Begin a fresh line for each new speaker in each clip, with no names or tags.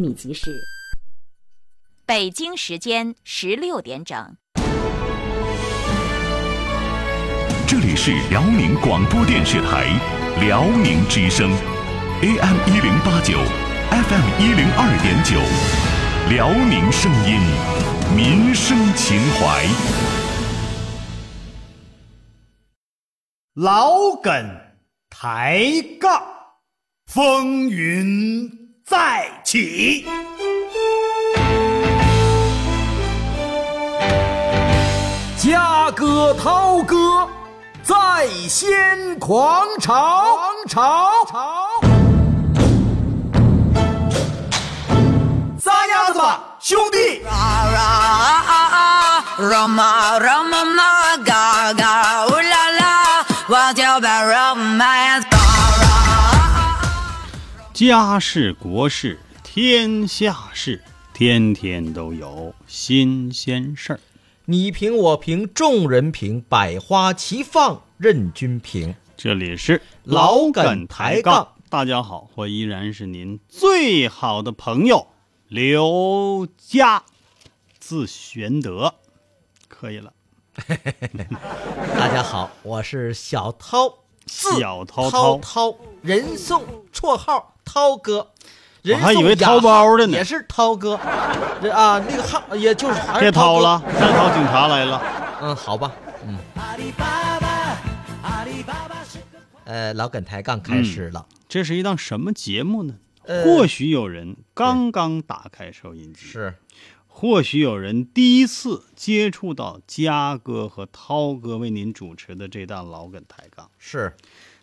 米集市，
北京时间十六点整。
这里是辽宁广播电视台辽宁之声，AM 一零八九，FM 一零二点九，辽宁声音，民生情怀。
老梗抬杠，风云再起。
嘉哥、涛哥在先狂潮，潮潮，
撒丫子吧，兄弟！
Roma, Roma, ma, ga, ga, ooh la la, what about romance?
家事国事天下事，天天都有新鲜事儿。
你评我评众人评，百花齐放任君评。
这里是
老
梗
梗
抬
抬杠
杠，大家好，我依然是您最好的朋友刘佳，字玄德，可以了。
大家好，我是小涛，字
小涛涛
涛涛，人送绰号涛哥。人
我还以为
送雅
掏包的呢
也是涛哥。这啊，那个号也就是还是
别
哎涛
掏
哥
了。，再掏警察来了。
嗯，好吧，嗯。呃，老梗抬杠开始了。
这是一档什么节目呢？
呃
或许有人刚刚打开收音机，
是
或许有人第一次接触到嘉哥和涛哥为您主持的这档老梗抬杠。
是，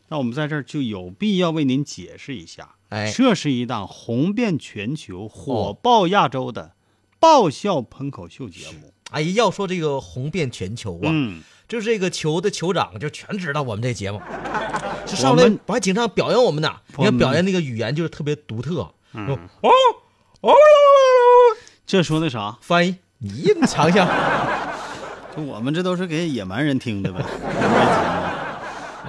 那我们在这儿就有必要为您解释一下，
哎
这是一档红遍全球、火爆亚洲的爆笑喷口秀节目。
哎，要说这个红遍全球啊，
嗯，
就是这个球的球长就全知道我们 这节目，就上
我
来
们
我还经常表扬我们呢。
我们
你看表扬那个语言就是特别独特。嗯，哦，
这说的啥？
翻译你尝一下
就我们这都是给野蛮人听的呗。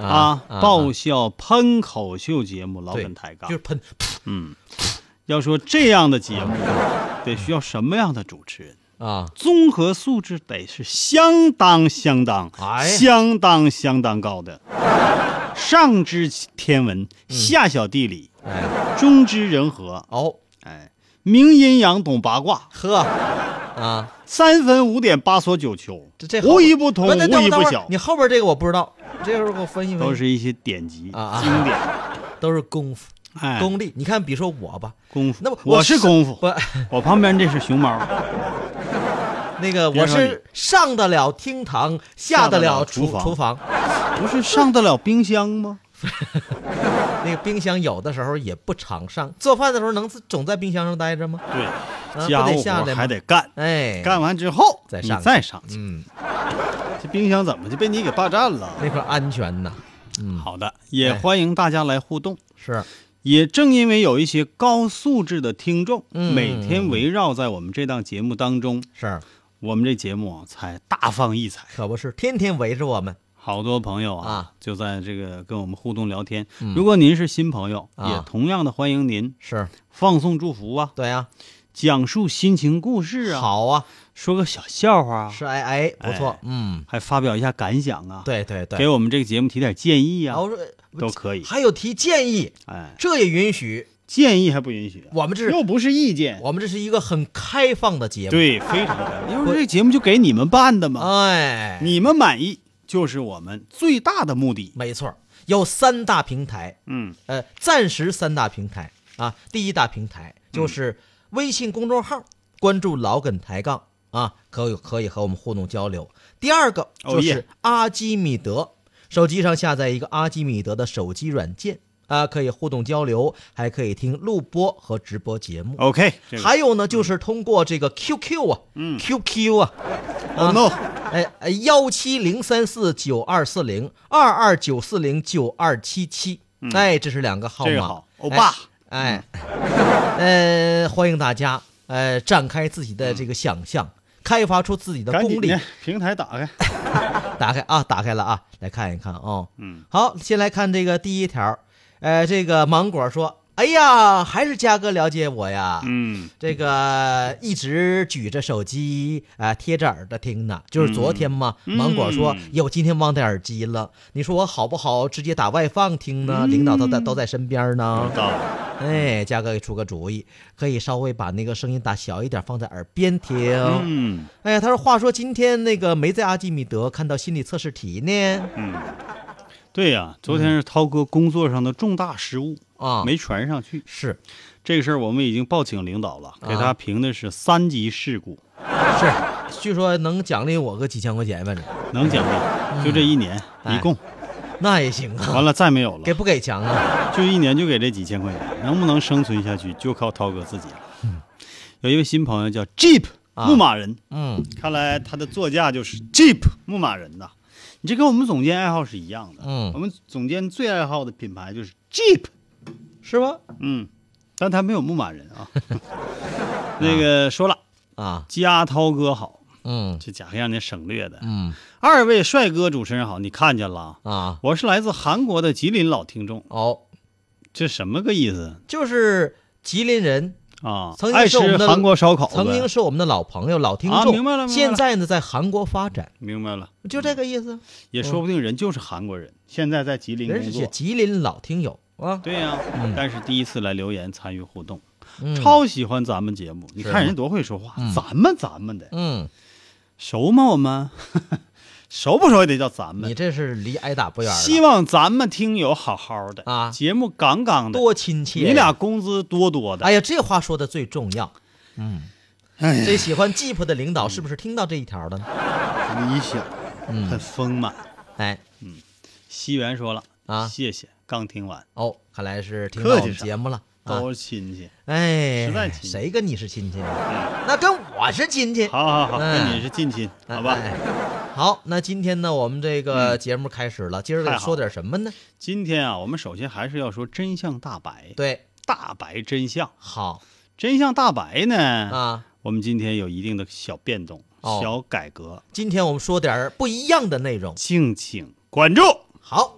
啊，爆笑喷口秀节目老
对
梗抬杠
就是。喷，
要说这样的节目，得需要什么样的主持人？
啊，
综合素质得是相当相当、
哎
相当相当高的，上知天文，下晓地理，
嗯哎，
中知人和，
哦，
哎，明阴阳，懂八卦，
呵，啊，
三分五点，八缩九求，
这这
无一不通，
不是
无一不
等会儿
晓
你，后边这个我不知道，这会儿给我分析分析。
都是一些典籍、
啊啊
经典，
都是功夫，
哎，
功力。你看，比如说我吧，
功夫，
那么
我
我
是
是
功夫
不，
我旁边这是熊猫，
那个
别
我
说
是上得了厅堂，
下
下
得
得
了
了
厨
厨
房
厨房。
不是上得了冰箱吗？
那个冰箱有的时候也不常上，做饭的时候能总在冰箱上待着吗？啊
对，
不
家
得
务
下
活
来
还
吗
得干，
哎，
干完之后
再
你
上去
再上去。
嗯，
这冰箱怎么就被你给霸占了？
那块安全呐，
好的，也
哎
欢迎大家来互动。
是
也正因为有一些高素质的听众，
嗯
每天围绕在我们这档节目当中，
是，
我们这节目啊才大放异彩。
可不是，天天围着我们，
好多朋友啊，
啊嗯
就在这个跟我们互动聊天。如果您是新朋友，
啊
也同样的欢迎您
是
放送祝福啊，
对呀、
讲述心情故事啊，
好啊，
说个小笑话啊，
是哎哎，不错，
哎
嗯，
还发表一下感想啊，，
对对对，
给我们这个节目提点建议啊
然，后说
都可以。
还有提建议，
哎，
这也允许，
建议还不允许啊，
我们这是
又不是意见，
我们这是一个很开放的节目，，
对，非常啊开心，因为这节目就给你们办的嘛，
哎，
你们满意就是我们最大的目的。
没错，有三大平台，
嗯，
呃，暂时三大平台啊，第一大平台
嗯
就是微信公众号，关注老梗抬杠啊，可以可以和我们互动交流。第二个
哦
就
耶
是阿基米德，手机上下载一个阿基米德的手机软件啊，可以互动交流，还可以听录播和直播节目。
OK，这哦个嗯
还有呢，就是通过这个 QQ 啊，嗯，QQ 啊，
Oh no，
哎哎，幺七零三四九二四零二二九四零九二七七，哎，这是两个
嗯
号
这个
码。
好欧巴
哎， 哎，呃，欢迎大家，呃，展开自己的这个想象，开发出自己的
嗯赶紧
功力
的。平台打开。
打开啊，打开了啊，来看一看啊、
嗯，
好，先来看这个第一条，呃，这个芒果说，哎呀，还是嘉哥了解我呀。
嗯
这个一直举着手机啊、呃贴着耳朵听呢。就是昨天嘛，
嗯
芒果说
嗯：“
哟，今天忘带耳机了。”你说我好不好直接打外放听呢？
嗯
领导都在都在身边呢。
到了，
哎，嘉哥给出个主意，可以稍微把那个声音打小一点，放在耳边听。
嗯
哎呀，他说：“话说今天那个没在阿基米德看到心理测试题呢。
嗯，对呀、昨天是涛哥工作上的重大失误，”
啊，
没传上去。
是
这个事儿我们已经报请领导了，给
啊
他评的是三级事故，
是，据说能奖励我个几千块钱吧？
能奖励，就这一年、
哎
一共，
那也行啊，
完了再没有了
给，不给强啊？
就一年就给这几千块钱，能不能生存下去就靠涛哥自己了。有一位新朋友叫 Jeep
啊
牧马人，
嗯，
看来他的座驾就是 Jeep 牧马人呐。你这跟我们总监爱好是一样的，
嗯
我们总监最爱好的品牌就是 Jeep，
是吗？
嗯，但他没有牧马人 啊。那个说了，
啊，
家涛哥好，
嗯
这家伙让你省略的。
嗯
二位帅哥主持人好，你看见了啊，
啊，
我是来自韩国的吉林老听众，
哦，
这什么个意思
就是吉林人，
啊？
曾
爱
经是我
吃
们的
韩国烧烤呗，
曾经是我们的老朋友、老听
啊
众，
明白了明白了嗯
现在呢，在韩国发展，
明白了，
就这个意思。
也说不定人就是韩国人，现在在吉林
人
工
是写
作。
吉林老听友啊，
对呀、但是第一次来留言参与互动，
嗯啊
超喜欢咱们节目。你
吗
看人家多会说话，咱们咱们的
嗯，
熟吗？我们 熟不熟也得叫咱
你
们。
这是离挨打不远
嗯希
了，
望咱们听友好好的
啊
节目杠杠的，
多亲切。
你俩，工资多多的。
哎呀，这话说的最重要。
哎
嗯，这喜欢 Jeep 的领导是不是听到这一条了呢？
理想，很丰满。
哎，
西元说了
啊
谢谢，刚听完，
哦，看来是听到
客
我
气
们
啥
节目了。啊。
都是亲戚。
哎，
实在亲嗯戚
谁跟你是亲戚呢？那跟我是亲戚。
好好好，
嗯
跟你是近亲，
哎，
好吧？嗯
哎好，那今天呢，我们这个节目开始了，今儿
太
得
好
说点什么呢？
今天啊，我们首先还是要说真相大白，
对，
大白真相，
好
真相大白呢
啊，
我们今天有一定的小变动，
哦
小改革，
今天我们说点儿不一样的内容。
敬请关注。
好，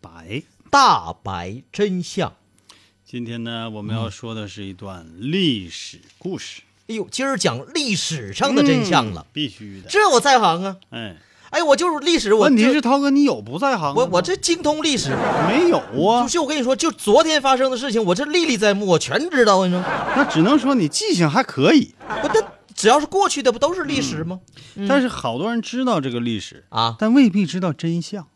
白，
大白真相。
今天呢，我们要说的是一段历史故事，
哎呦，今儿讲历史上的真相了
嗯，必须的。
这我在行啊。
哎，
哎，我就是历史，我
问题
就是
涛哥，你有不在行的吗？
我我这精通历史，
没有啊
不，是我跟你说，就昨天发生的事情，我这历历在目，我全知道。你说，
那只能说你记性还可以，
我这只要是过去的，不都是历
嗯
史吗？
但是好多人知道这个历史
嗯啊
但未必知道真相，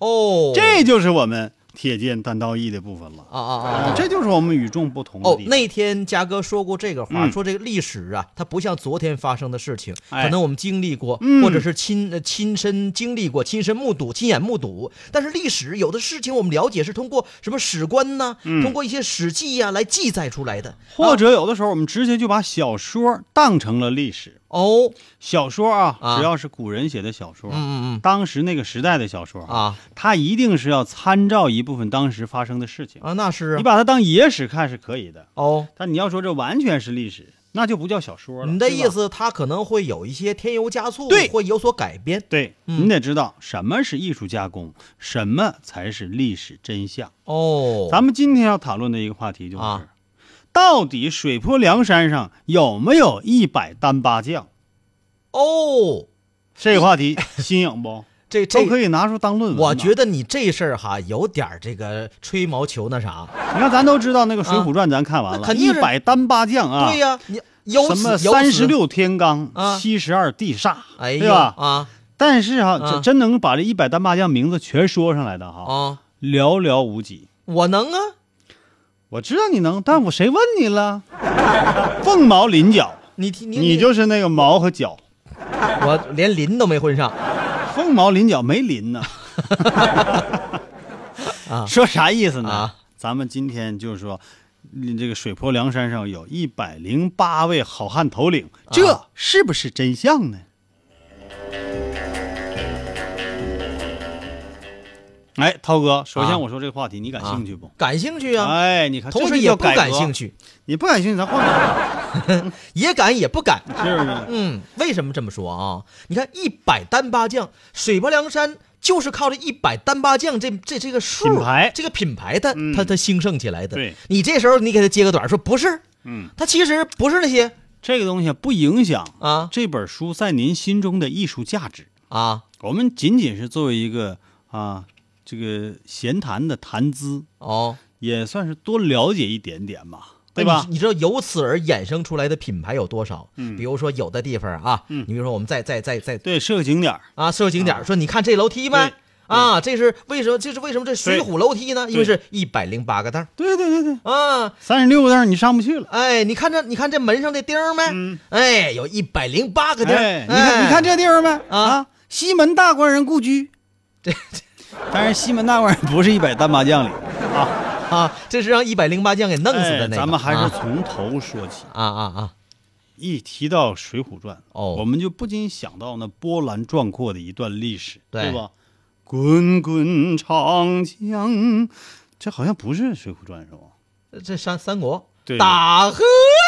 哦，
这就是我们铁剑单刀义的部分了。
啊啊啊！
这就是我们与众不同的
哦
地，方。
那天嘉哥说过这个话，
嗯
说这个历史啊，它不像昨天发生的事情，
哎
可能我们经历过，
嗯
或者是亲呃亲身经历过、亲身目睹、亲眼目睹。但是历史有的事情我们了解是通过什么史官呐、
嗯
通过一些史记呀、来记载出来的。
或
啊
者有的时候我们直接就把小说当成了历史。
哦，
小说啊，
啊
只要是古人写的小说，
嗯嗯
当时那个时代的小说
嗯，啊
它一定是要参照一部分当时发生的事情。
啊，那是
你
啊
把它当野史看是可以的，
哦。
但你要说这完全是历史，那就不叫小说了。
你的
对
意
吧
思，它可能会有一些添油加醋，
对
会有所改变。
对，
嗯
你得知道什么是艺术加工，什么才是历史真相。
哦，
咱们今天要讨论的一个话题就是，
啊
到底水泊梁山上有没有一百单八将？
哦，
这个话题新颖不？
这 这
都可以嗯拿出当论文嘛。
我觉
得
得你这事儿哈，有点儿这个吹毛求那啥。
你看，咱都知道那个《水浒传》，咱看完
那
了，
肯定
一
是
百单八将啊，
对呀、你有
什么
此有
三十
此，
六天罡
啊、
七十二地煞，
哎
对
呀
吧？
啊
但是哈，
啊
这真能把这一百单八将名字全说上来的哈，
啊，
寥寥无几。
我能啊，
我知道你能，但我谁问你了？凤毛麟角，
你听你
你就是那个毛和角，
我连邻都没混上。
凤毛麟角没麟呢。
啊
说啥意思呢？
啊
咱们今天就是说，嗯这个水泊梁山上有一百零八位好汉头领，
啊
这是不是真相呢？哎，涛哥，首
啊
先我说这个话题，你感兴趣不？
感兴趣啊，
哎，你看，
同
这
时
就
也
叫
不
改革
感兴，趣，
你不感兴趣，咱换个，
也敢也不敢。
是不 是？
嗯，为什么这么说啊？你看一百单八将，水泊梁山就是靠这一百单八将这这这个数
品牌
这个品牌它、
嗯
它它兴盛起来的。
对，
你这时候你给他接个短儿说不是，
嗯，
他其实不是那些
这个东西不影响
啊
这本书在您心中的艺术价值。
啊
我们仅仅是作为一个啊，这个闲谈的谈资，
哦，
也算是多了解一点点吧，对吧？
你你知道由此而衍生出来的品牌有多少？嗯，比如说有的地方啊，
嗯
你比如说我们再再再再
对，是个景点儿
啊，社会景点儿说，你看这楼梯没
对？
啊，这是为什么？这是为什么这水
对
浒楼梯呢？因
对
为是一百零八个档
对对对对，
儿啊。
三十六个但是你上不去了。
哎，你看这，你看这门上这钉儿没？
嗯
哎，有一百零八个钉儿。
哎，你看，你看这地方没？啊，西门大官人故居。
这
当然，西门大官人不是一百单八将里
啊，这是让一百零八将给弄死的那个。
哎咱们还是
啊
从头说起。
啊啊啊
一提到《水浒传》，
哦
我们就不禁想到那波澜壮阔的一段历史，
对
吧？滚滚长江，这好像不是《水浒传》是吧？
这三三国
对
打河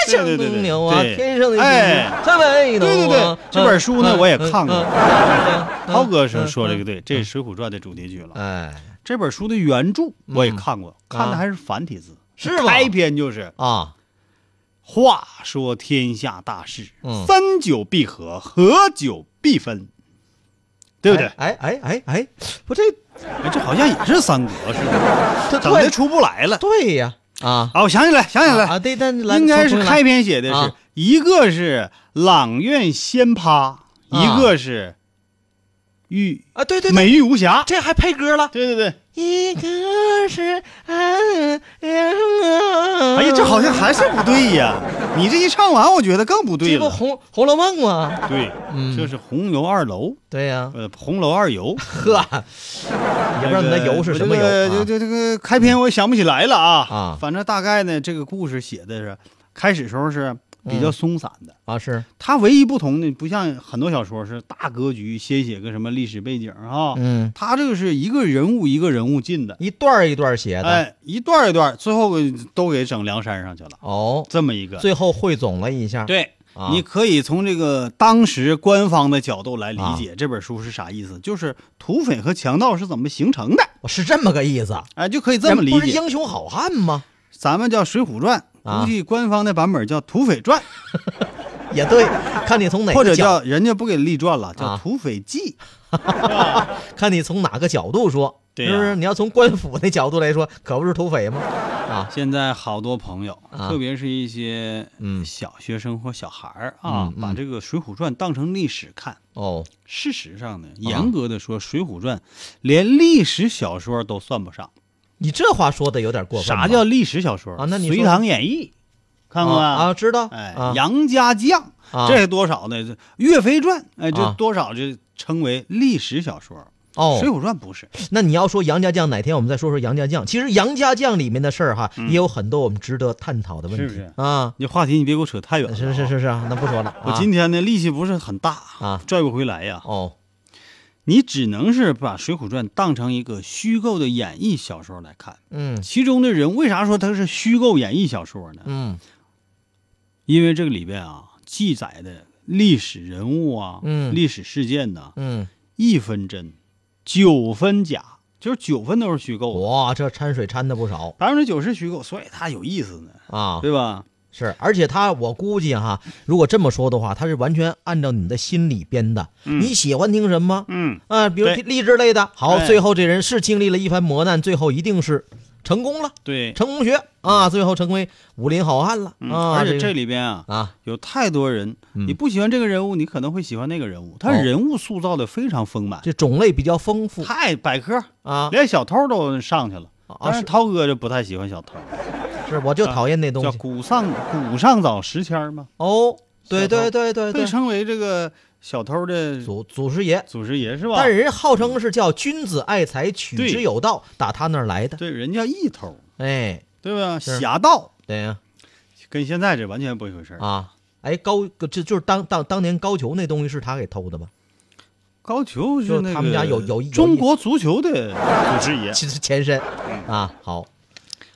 向
对对对
东流啊，
对
天上的
哎
星山北斗啊。
对对对这本书呢
嗯
我也看过
嗯嗯嗯
涛哥说说这个
嗯
对，这是《水浒传》的主题曲了。
哎
这本书的原著我也看过，看的还是繁体字，
嗯是吗
开篇就是
啊，
“话说天下大事，
嗯
分久必合，合久必分”，对不对？
哎哎哎哎，不这
哎这好像也是三国似的，
这
整
对
的出不来了。
对呀啊。
啊，我想起来，想起来
啊，对，但来
应该
重
是
新来
开篇写的是、
啊
一个是朗苑仙葩，一个是玉
啊，对对对，
美玉无瑕。
这还配歌了，
对对对，
一个是啊安阳，
哎呀，这好像还是不对呀！你这一唱完，我觉得更不对
这不《
了。
嗯红嗯红楼梦》吗？
对，这是红油二楼，
对呀，
呃，红楼二油。
呵， 也不知道你的油是什么油
这个
啊
这这这个开篇我也想不起来了啊
啊
反正大概呢，这个故事写的是开始时候是比较松散的，
啊？是，
它唯一不同的，不像很多小说是大格局，先写个什么历史背景啊，
嗯，
它这个是一个人物一个人物进的，
一段儿一段儿写的，
哎，一段儿一段儿，最后都给整梁山上去了，
哦，
这么一个。
最后汇总了一下，
对，
啊
你可以从这个当时官方的角度来理
啊
解这本书是啥意思，就是土匪和强盗是怎么形成的，
哦，是这么个意思啊，
哎，就可以这么理
人不是
解。
英雄好汉吗？
咱们叫《水浒传》，
啊
估计官方的版本叫《土匪传》，
也 对，看你从哪
或
个
者
角，
叫人家不给立传了，叫
啊
《土匪记》
看你从哪个角度说，
对
是不
呀
是？你要从官府那角度来说， 可不是土匪吗？啊，
现在好多朋友，
啊
特别是一些
嗯
小学生或小孩儿啊，
嗯嗯
把这个《水浒传》当成历史看。
哦，
事实上
啊
呢，严格的说，水浒传》连历史小说都算不上。
你这话说的有点过分吧。
啥叫历史小说
啊那你说
隋唐演义》看过吧？
啊，啊知道，
哎，
啊
杨家将
啊
这多少呢？这《岳飞传》哎，这
啊
多少就称为历史小说。
哦
水，浒传》不是。
那你要说杨家将，哪天我们再说说杨家将。其实杨家将里面的事儿哈，也有很多我们值得探讨的问题
嗯是不是
啊。
你话题你别给我扯太远了。
是是。是是啊，那不说了。
我
啊
今天呢力气不是很大
啊
拽不回来呀。
哦
你只能是把《水浒传》当成一个虚构的演义小说来看。
嗯
其中的人为啥说它是虚构演义小说呢？
嗯
因为这个里边啊记载的历史人物啊，
嗯
历史事件呐，
嗯，
一分真，九分假，就是九分都是虚构的，
哇，这掺水掺的不少
百分之九十虚构，所以它有意思呢，
啊。
对吧？
是，而且他我估计哈，如果这么说的话，他是完全按照你的心理编的。你喜欢听什么？
嗯，
啊，比如
对
励志类的。好，
对
最后这人是经历了一番磨难，最后一定是成功了。
对。
成功学啊，最后成为武林好汉了
嗯
啊！
而且这
这个
里边啊，
啊，嗯
有太多人，你不喜欢这个人物，你可能会喜欢那个人物。他
哦
人物塑造的非常丰满，
这种类比较丰富
太百科，
啊。
连小偷都上去了。
啊
但是
是
涛哥就不太喜欢小偷，
是，我就讨厌那东
啊叫
西
古上古上早时迁儿嘛，
哦。
小偷
对对对对
被
对，
称为这个小偷的
祖祖师爷，
祖师爷是吧？
但是人家号称是叫君子爱财，取
对
之有道，打他那儿来的。
对，人家一头，
哎，
对吧？
是
侠盗
对呀、
跟现在这完全不一回事
啊，
儿。
哎，高这就是当当当年高俅那东西是他给偷的吧？
高俅
就是
是那个
他们家有有一
中国足球的祖师爷，
其实前身
嗯
啊，好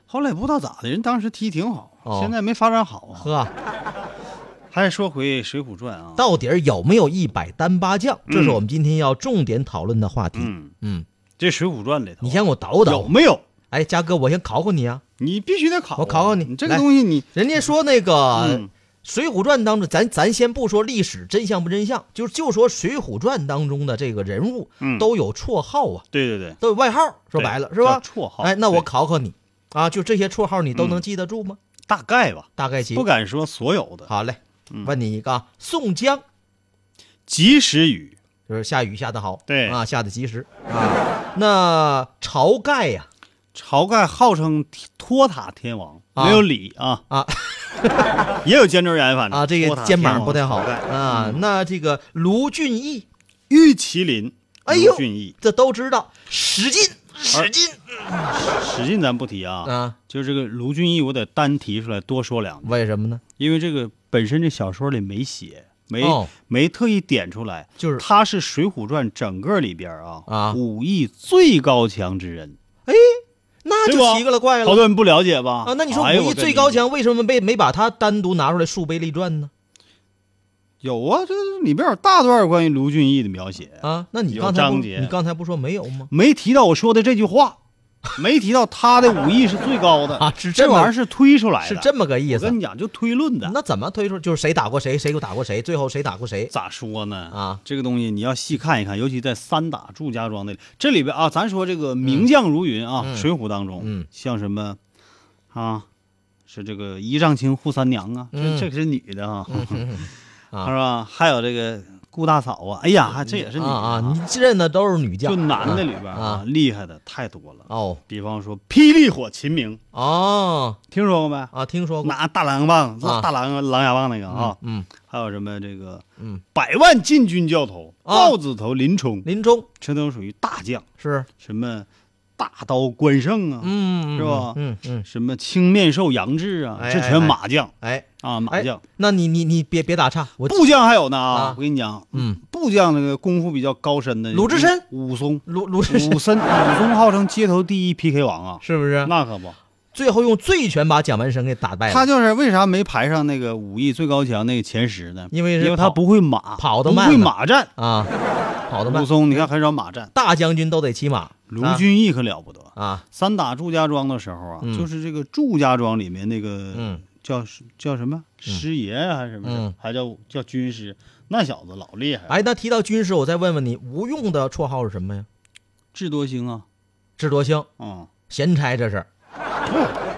后来也不知道咋的，人当时踢挺好，
哦
现在没发展好啊。
呵，
还说回《水浒传》啊，
到底儿有没有一百单八将？这是我们今天要重点讨论的话题。
嗯，
嗯，
这《水浒传》里头，
你先给我捣
有
捣。
没有？
哎，嘉哥，我先考考你啊。
你必须得考啊，
我考考你
这个
来
东西你
人家说那个《
嗯
水浒传》当中，咱咱先不说历史真相不真相，就就说《水浒传》当中的这个人物
嗯
都有绰号啊，
对对对，
都有外号。说
对
白了是
叫
吧？
绰号
哎，那
对
我考考你啊，就这些绰号你都能记得住吗？
大概吧，
大概齐。
不敢嗯说所有的。
嗯好嘞，问你一个啊，宋江
及时雨，
就是下雨下得好，
对
啊，下得及时啊。那晁盖呀、
晁盖号称托塔天王，
啊
没有理啊
啊，
也有肩周炎，反正
啊，这
托
个
塔
肩
天
膀
王
不太好
晁盖嗯
啊。那这个卢俊义，
玉麒麟，
哎呦
卢俊义，
这都知道，使劲使劲
史进咱不提啊，
啊！嗯
就这个卢俊义，我得单提出来多说两句，
为什么呢？
因为这个本身这小说里没写，没、
哦
没特意点出来，
就是
他是《水浒传》整个里边啊
啊
武艺最高强之人，
那
对吧
就奇了怪
好
了
多人不了解吧？
哎啊！那你说
哎呦
武
我
艺
跟
最
你
高强，为什么没没把他单独拿出来树碑立传呢？
有啊，这里边有大段关于卢俊义的描写，
啊，那你
有
刚才不
章节
你刚才不说没有吗？
没提到我说的这句话，没提到他的武艺是最高的
啊是这
这
么
玩意儿是推出来的，
是这么个意
我
思
跟。你讲，就推论的。
那怎么推出？就是谁打过谁，谁又打过谁，最后谁打过谁？
咋说呢？
啊，
这个东西你要细看一看，尤其在三打祝家庄那里，这里边啊，咱说这个名将如云啊，水浒》当中，
嗯
像什么啊，是这个一丈青扈三娘啊，
嗯
这这个是女的啊，
啊
是吧？还有这个顾大嫂啊，哎呀，这也是女的
啊啊！你认的都是女将，
就男的里边啊
啊
厉害的太多了。
哦
比方说霹雳火秦明，
哦
听说过没？
啊，听说过，
拿大狼棒，
啊
大狼狼牙棒那个啊，
嗯，
还有什么这个，
嗯，
百万禁军教头
啊
豹子头林冲，
林冲
这都属于大将，
是，
什么大刀关胜啊，
嗯，
是吧
嗯嗯，
什么青面兽杨志啊，
哎
这全马将
哎
啊，马
哎
将。，
那你你你别别打岔，我
部将还有呢
啊
我跟你讲，
嗯，
部将那个功夫比较高深的，
鲁智深、
武松，
鲁鲁智深
武森，武松号称街头第一 PK 王啊，
是不是？
那可不，
最后用醉拳把蒋文生给打败了。
他就是为啥没排上那个武艺最高强那个前十呢？
因为是
因为他
跑
不会马，
跑得
不
慢
会
呢
马战。
啊，跑得慢
武。松，你看很少马战，
大将军都得骑马。
卢俊义可了不得。
啊
三打祝家庄的时候啊，
嗯
就是这个祝家庄里面那个
嗯
叫叫什么师爷啊，还是什么
嗯
的，还叫叫军师，那小子老厉害
啊，
了，
哎，那提到军师，我再问问你，吴用的绰号是什么呀？
智多星啊，
智多星，
啊，
闲差这是。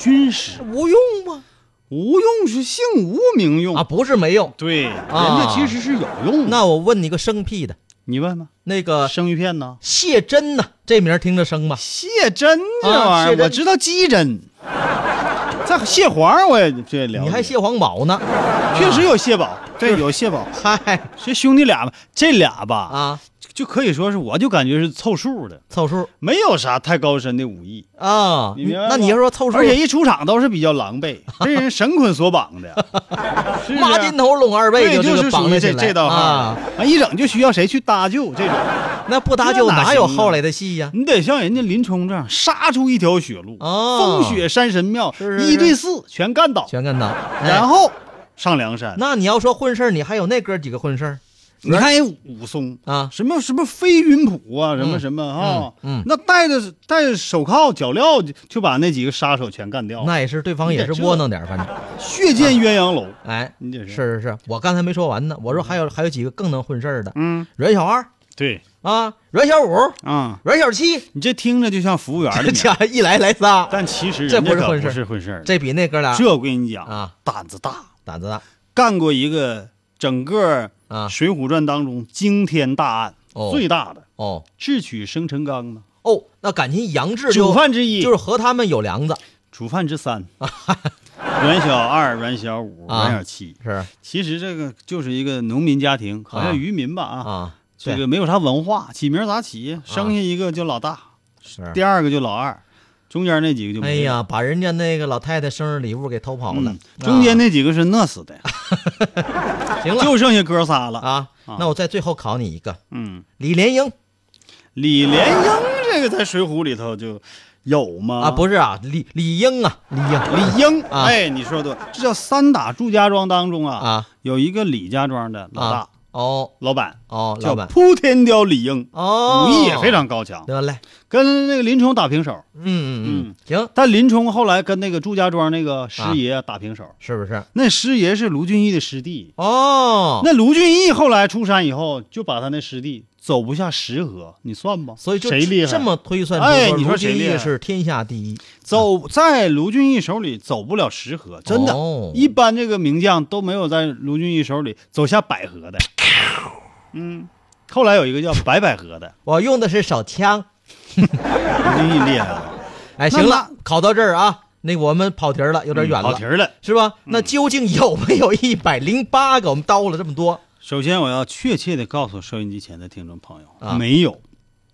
军师
吴用吗？
吴用是姓吴名用
啊，，不是没用。
对，人家其实是有用的。
那呃我问你个生僻的，
你问吧，
那个
生鱼片呢？
谢真呐，这名儿听着生吧？
蟹真这
啊
玩
蟹
意儿，
真
我知道鸡 胗，在蟹黄我也这了解，
你还蟹黄宝呢？
确实有蟹宝，对，有蟹宝。
嗨
这兄弟俩吧，这俩吧，
啊，
就可以说是我就感觉是凑数的，
凑数
没有啥太高深的武艺。
啊。
你明白吗
那你要说凑数，
而且一出场都是比较狼 狈，被人神捆锁绑的，是不是
妈筋头拢二
对，
背，
就
这
是
个
属
绑
于
了
这
起来
这道号
啊。，
完一整就需要谁去搭救这种，
那不搭
这
救
哪
哪有
行啊
后来的戏呀？
你得像人家林冲这样杀出一条血路，
哦
风雪山神庙
是是
一对四全干倒，
全干倒。
然
后，
后上梁山。
那你要说混事儿，你还有那哥几个混事儿
你看人武松
啊
什么什么飞云浦啊，什么
嗯
什么啊，
嗯嗯
那戴着戴着手铐脚镣就就把那几个杀手全干掉了，
那也是对方也是窝囊点儿，反正。
血溅鸳鸯楼。
哎，
你这
是是是，我刚才没说完呢，我说还有还有几个更能混事儿的，
嗯，
阮小二
对
啊，阮小五，
啊，
阮小七，
你这听着就像服务员的
这
名啊儿，
家伙一来来 仨，
但其实
这
人
不
家
是
可
混事
不
儿
是混事儿。
这比那哥俩
这我跟你讲
啊，
胆子大，
胆子大
干过一个整个
啊
《水浒传》当中惊天大案，
哦
最大的
哦
智取生辰纲嘛，
哦，那感情杨志就
主犯之一
就是和他们有梁子
主犯之三，阮小二、阮小五、
啊
阮小七。
是
其实这个就是一个农民家庭，好
啊
像渔民吧啊，
啊，
这
对啊
个没有啥文化，起名咋起呀？生下一个就老大，
是。
第二个就老二，中间那几个就
啊哎
没了
呀，啊把人家那个老太太生日礼物给偷跑了
嗯，中间
那
那几个是饿死 的，
啊行了
就剩下哥仨了。
啊。那我在最后考你一个，
嗯，
李莲英
李莲英这个在《水浒》里头就有吗？
啊，不是啊，李李英啊，李英
李英，
啊
哎，你说对，这叫三打祝家庄当中啊，
啊
有一个李家庄的老大、
啊，哦
老板
哦，老
叫
板
扑天雕李英，
哦，
武艺也非常高强，
得嘞，
跟那个林冲打平手，
嗯嗯嗯，行，
但林冲后来跟那个祝家庄那个师
啊
爷打平手，
是不是？
那师爷是卢俊义的师弟。
哦，
那卢俊义后来出山以后，就把他那师弟走不下十合，你算吧。
所以就
谁厉害？
这么推算出
哎
说
你说
卢俊
谁厉
义
害
是天下第一，
走在卢俊义手里走不了十合，真的，
哦
一般这个名将都没有在卢俊义手里走下百合的。嗯，后来有一个叫白百合的，
我用的是手枪。
卢俊义厉害了，那
哎，
嗯
行了，考到这儿啊，那我们跑题儿了，有点远
跑
了，
题儿嗯了。
是吧？那究竟有没有一百零八个？我们叨咕了这么多，
首先，我要确切的告诉收音机前的听众朋友，
啊
没有。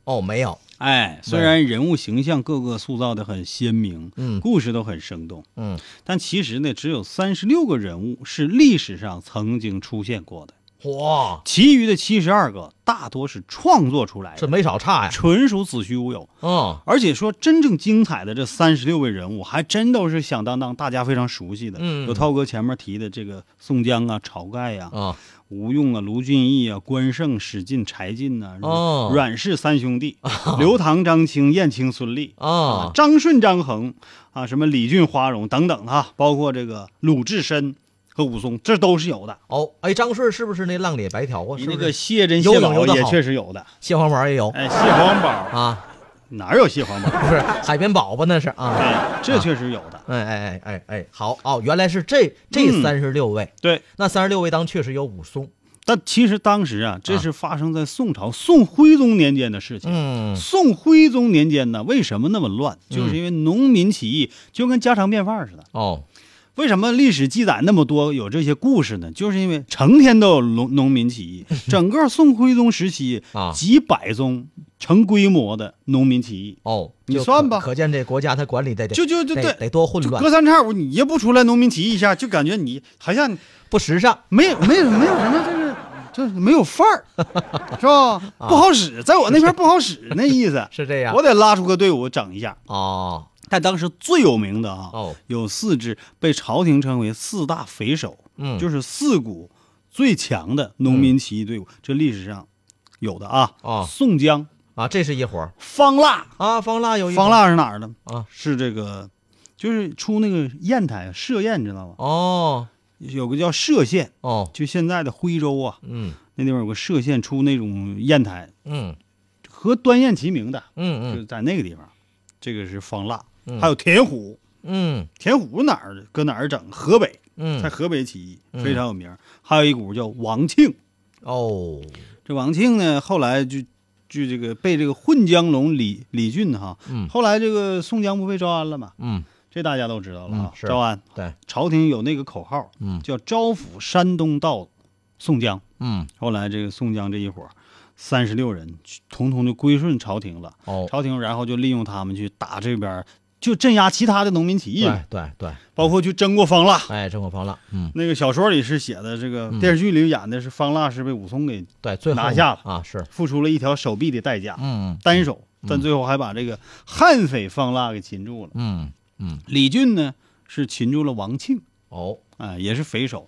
哦，没有，
哎，虽然人物形象各个塑造的很鲜明，
嗯
故事都很生动，
嗯，
但其实呢，只有三十六个人物是历史上曾经出现过的，
哇，
其余的七十二个大多是创作出来
这
的，
没少差呀。
纯属子虚乌有。
嗯
而且说真正精彩的这三十六位人物，还真都是响当当，大家非常熟悉的。
嗯
有涛哥前面提的这个宋江啊、晁盖呀、
啊
吴用啊、卢俊义啊、关胜、史进、柴进呐、
哦
阮氏三兄弟，刘唐、张清、燕青、孙立。
啊，
张顺、张衡啊，什么李俊、花荣等等哈、包括这个鲁智深和武松，这都是有的。
哦，哎，张顺是不是那浪里白条啊？
比
是
那
不
个
是
谢珍、
有
谢
有
宝
有的
也
好
确实有的。
蟹黄丸也有
哎，蟹黄宝
啊？
哪有蟹黄 宝？
不是海绵宝宝那是啊？
哎，这确实有的。
哎哎哎哎哎，好哦，原来是这这
嗯
三十六位，
对，
那三十六位当确实有武松，
但其实当时啊，这是发生在宋朝宋徽宗年间的事情。
嗯
宋徽宗年间呢，为什么那么乱？就是因为农民起义就跟家常便饭似的。
哦
为什么历史记载那么多有这些故事呢？就是因为成天都有农农民起 义，整个宋徽宗时期
啊
几百宗成规模的农民起义，
哦，
你
就
算
可
吧
可见这国家它管理得得
就就就
得
对，
得多混
就
乱
隔，三差五你一不出来农民起义一下，就感觉你好像
不时尚。
没 有没有没有什么这个。就是没有范儿，是吧？不好使，在我那边不好使，那意思
是这样
我得拉出个队伍整一下。
哦
但当时最有名的啊，
哦
有四支被朝廷称为四大匪首，
嗯
就是四股最强的农民起义队伍，这历史上有的啊。
哦
宋江、
啊，这是一伙儿
方腊，
啊，方腊有一伙
方腊是哪儿的
啊？
是这个，就是出那个砚台设砚，知道吗？
哦
有个叫歙县，
哦，
就现在的徽州啊，
嗯
那地方有个歙县出那种砚台，
嗯
和端砚齐名的，就
嗯
是在那个地方。这个是方腊，
嗯
还有田虎，
嗯
田虎哪儿的？搁哪儿整？河北。
嗯
在
嗯，
河北起义
嗯
非常有名儿。还有一股叫王庆，
哦
这王庆呢，后来就就这个被这个混江龙李李俊哈，
嗯
后来这个宋江不被招安了嘛，
嗯
这大家都知道了
嗯
啊。
是
招安，
对，
朝廷有那个口号，
嗯
叫招抚山东道宋江。
嗯
后来这个宋江这一伙三十六人，统统就归顺朝廷了。
哦，
朝廷然后就利用他们去打这边儿，就镇压其他的农民起义
对
嘛，
对对，
包括去争过方腊。
哎，正过方腊，嗯
那个小说里是写的，这个
嗯
电视剧里演的是方腊是被武松给
对，最后
拿下了
啊是
付出了一条手臂的代价，
嗯
单手，但最后还把这个悍匪方腊给擒住了。
嗯嗯
李俊呢是擒住了王庆，
哦
啊、也是匪首。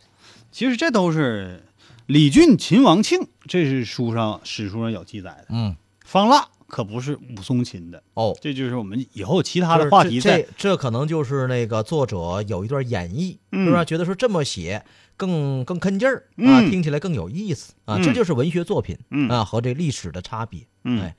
其实这都是李俊擒王庆，这是书上史书上有记载的。
嗯
方腊可不是武松擒的，
哦。
这就是我们以后其
他
他的话题
这
再
这这可能就是那个作者有一段演绎，
嗯
是吧？觉得说这么写更更坑劲儿啊，
嗯
听起来更有意思啊，
嗯
这就是文学作品
嗯
啊和这历史的差别。
嗯
哎，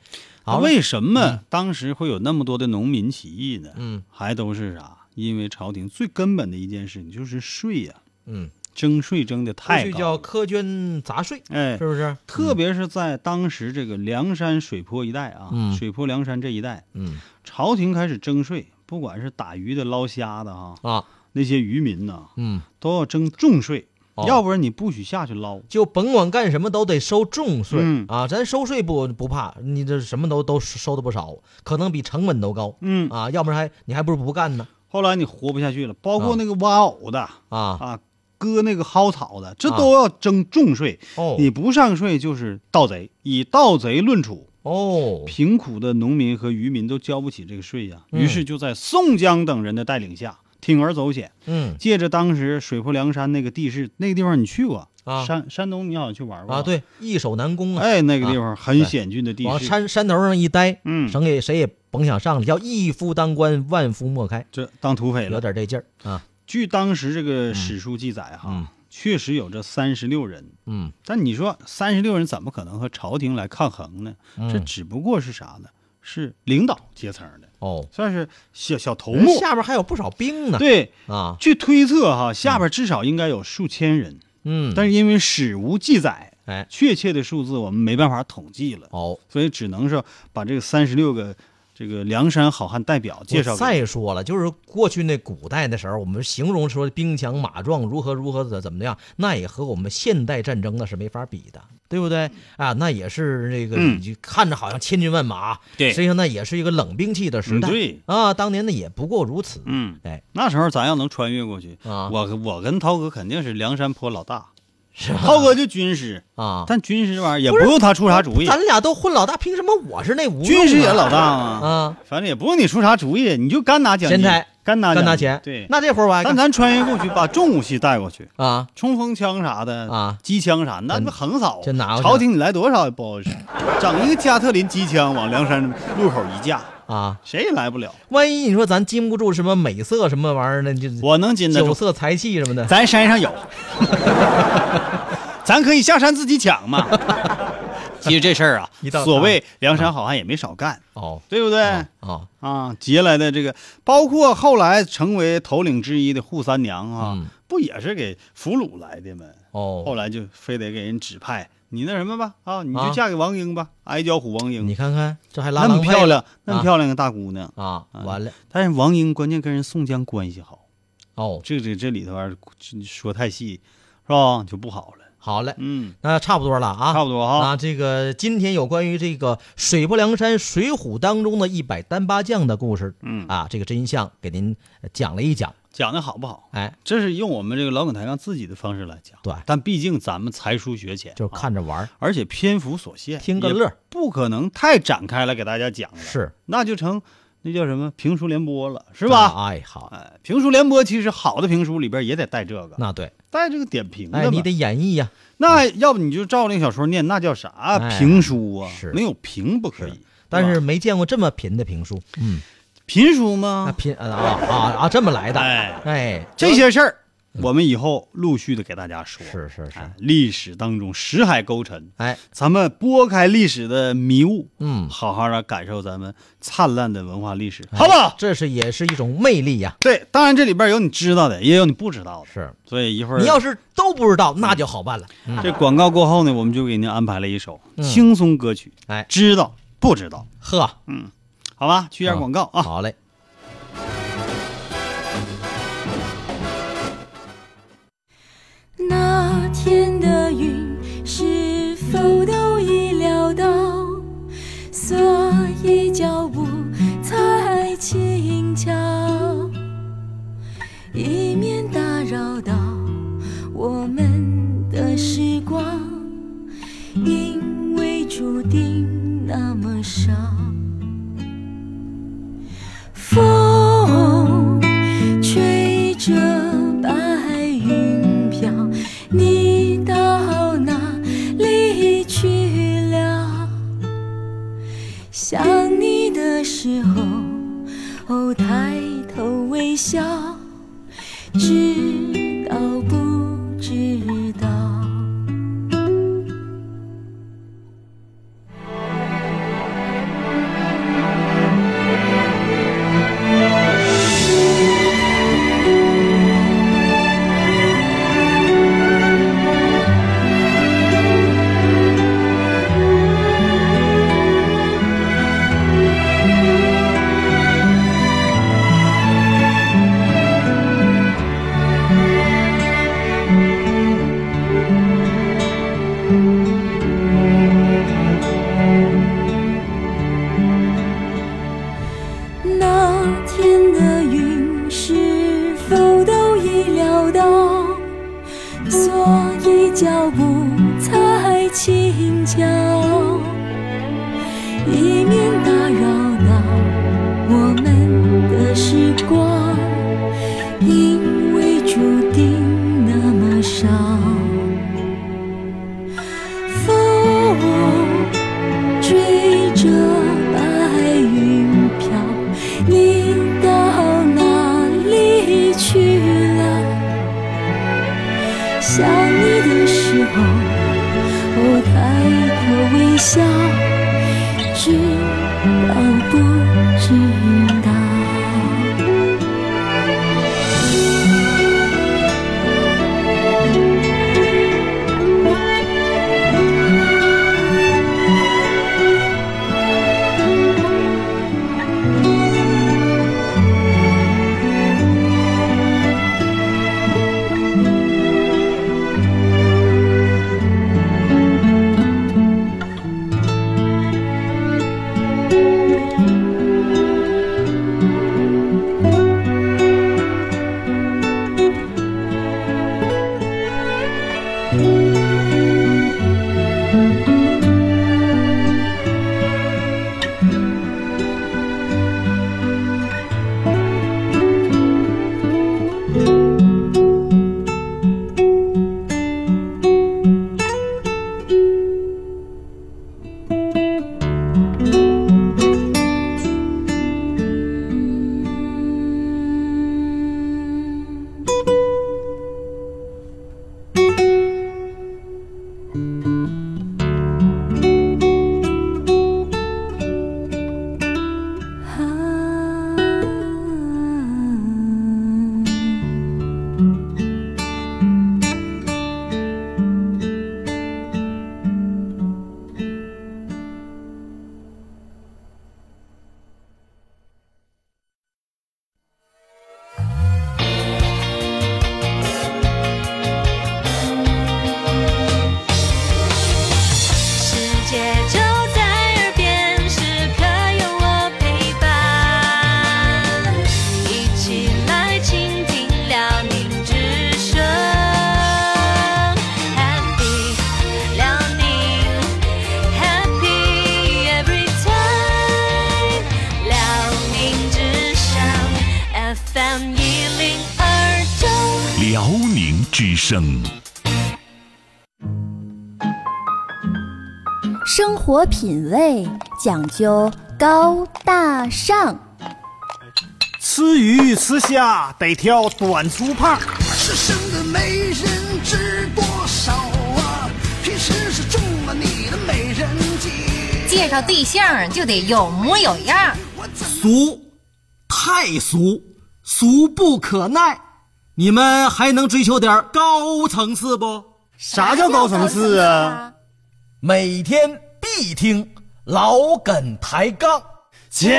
那
好了，
为什么当时会有那么多的农民起义呢？
嗯
还都是啥？因为朝廷最根本的一件事情就是税呀、
嗯，
征税征的
过
太
去
高
叫
了，
苛捐杂税，
哎
是，不是？
特别是在当时这个梁山水泊一带啊，
嗯
水泊梁山这一带，
嗯
朝廷开始征税，不管是打鱼的、捞虾的啊，
啊，
那些渔民呐，
嗯，
都要征重税，
哦
要不然你不许下去捞。
就甭管干什么都得收重税、
嗯
啊！咱收税不不怕，你这什么都都收的不少，可能比成本都高、
嗯，
啊！要不然还你还不如不干呢
后来你活不下去了，包括
啊
那个挖藕的
啊！
啊，割那个蒿草的，这都要征重税。
哦
你不上税就是盗贼，以盗贼论处。
哦，
贫苦的农民和渔民都交不起这个税呀、
嗯
于是就在宋江等人的带领下，铤而走险，
嗯
借着当时水泊梁山那个地势，那个地方你去过
啊
山山东你好像去玩过
啊，，对，易守难攻啊！
哎，那个地
啊
方很险峻的地
往
势，
山山头上一待，
嗯
谁也谁也甭想上去，叫一夫当关，万夫莫开，
这当土匪
有
了。
点这劲儿啊！
据当时这个史书记载哈，
嗯
确实有这三十六人，
嗯，
但你说三十六人怎么可能和朝廷来抗衡呢？
嗯
这只不过是啥呢？是领导阶层的，
哦，
算是小小头目。
下边还有不少兵呢。
对，
啊，
据推测哈，下边至少应该有数千人，
嗯，
但是因为史无记载，
哎，
确切的数字我们没办法统计了，
哦，
所以只能是把这个三十六个这个梁山好汉代表介绍
我
给你。
再说了，就是过去那古代的时候，我们形容说兵强马壮如何如何的怎么样，那也和我们现代战争那是没法比的，对不对？啊，那也是这个、
嗯
你看着好像千军万马，
对
实际上那也是一个冷兵器的时
嗯
代。
对
啊，当年呢也不过如此。
嗯，
哎，
那时候咱要能穿越过去，
啊
我我跟涛哥肯定是梁山坡老大，涛哥就军师，
啊，
但军师这玩意儿也
不
不
是
用他出啥主意，
咱俩都混老大，凭什么我是那无用啊
军师也老大嘛，
啊？
反正也不用你出啥主意，你就干拿奖金
钱财，
干拿
干拿
奖金
钱。
啊对，
那这会儿我还
但
干
咱穿越过去，把重武器带过去，
啊，
冲锋枪啥的
啊
机枪啥，那不横扫啊？
真拿过去
朝廷你来多少也不好使，整一个加特林机枪往梁山路口一架，
啊，
谁也来不 了。
万一你说咱禁不住什么美色什么玩意儿呢？就
我能禁得
酒
住，
色财气什么的。
咱山上 有，咱可以下山自己抢 嘛。其实这事儿啊
一到，
所谓梁山好汉也没少干，
哦，
对不对？
哦，
啊，劫来的这个，包括后来成为头领之一的扈三娘啊，
嗯
不也是给俘虏来的吗？
哦，
后来就非得给人指派你那什么吧，啊，你
啊
就嫁给王英吧，矮脚虎王
你
英，
看看这还拉
那么
郎配啊
漂亮嗯
了，
那么漂亮个大姑娘。
啊，完了
但是王英关键跟人宋江关系好，
哦，
这这这里头啊这说太细，是吧？就不好了。
好嘞，
嗯，
那差不多了啊，
差不多哈
啊，这个今天有关于这个水泊梁山《水浒》当中的一百单八将的故事，
嗯
啊，这个真相给您呃讲了一讲，
讲的好不好？
哎，
这是用我们这个老梗台上自己的方式来讲，
对
但毕竟咱们才疏学浅，
就是
啊
看着玩儿，
而且篇幅所限，
听个乐儿
也不可能太展开来给大家讲了，
是
那就成那叫什么评书联播了，是吧？
哎，好，
哎，评书联播其实好的评书里边也得带这个，
那对，
带这个点评的嘛。
哎，你得演绎呀，
那要不你就照那个小说念，那叫啥
哎
评书啊？
是
没有评不可以，
但
对
是
吧
没见过这么贫的评书，嗯，
评书
那
吗？
贫啊啊啊这么来的，
哎
哎，
这些事儿我们以后陆续的给大家说。
嗯是是是
哎，历史当中识海沟沉，
哎，
咱们拨开历史的迷雾，
嗯
好好的感受咱们灿烂的文化历史，
哎
好不好？
这是也是一种魅力呀，
对，当然这里边有你知道的，也有你不知道的，
是。
所以一会儿
你要是都不知道，那就好办了。
这广告过后呢，我们就给您安排了一首
嗯
轻松歌曲，
哎
知道不知道？
呵，
好吧，去一下广告啊。
啊好嘞。
那天的云是否都已料到，所以脚步才轻巧，以免打扰到我们的时光，因为注定那么少。风吹着白云飘，你到哪里去了？想你的时候，哦，抬头微笑，知道不知道？那天的云是否都已料到，所以脚步才轻巧，以免打扰到我们的时光，因为注定那么少。风。追着白云飘，你到哪里去了？想你的时候，我抬头微笑，知道不知道？啊。Ah. 世界就在耳边，时刻有我陪伴。一起来倾听辽宁之声，Happy 辽宁，Happy every time。辽宁之声 FM 一零二九。
辽宁之声。
生活品味讲究高大上，
吃鱼吃虾得挑短粗胖，
是生的没人知多少啊！平时是中了你的美人计，
介绍对象就得有模有样，
俗，太俗，俗不可耐。你们还能追求点高层次不？
啥叫高层次啊？
每天必听老梗抬杠，
切！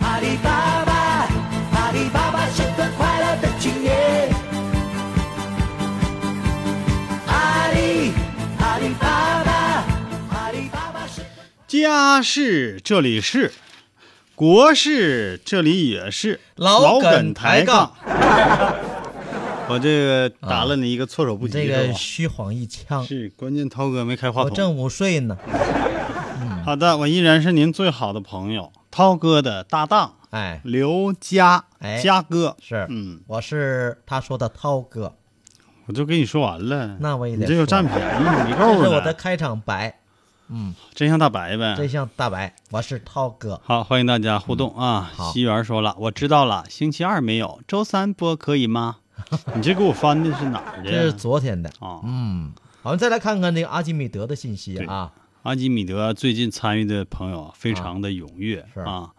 阿里巴巴，阿里巴巴是个快乐的青年。阿里，阿里巴巴，阿里巴巴是。
家事这里是，国事这里也是，
老
梗
梗抬
杠。我这个打了你一个措手不及，
这
是
个
吧
虚晃一呛，
是关键，涛哥没开话
我
筒。
正午睡呢。
好的，我依然是您最好的朋友，涛哥的搭档
哎，
刘佳，
哎
佳哥。
是，
嗯，
我是他说的涛哥，
我就跟你说完了，
那我也得
你这就
说
占便宜，你
这
够
是我的
了，
开场白，
真相大白呗。
真相大白，我是涛哥。
好，欢迎大家互动啊！
嗯好
西园说了，我知道了，星期二没有，周三播可以 吗？你这给我翻的是哪儿
这
的？
是昨天的，
啊，
嗯，好，我们再来看看这个阿基米德的信息啊，
阿基米德最近参与的朋友啊非常的踊跃
嗯是
啊。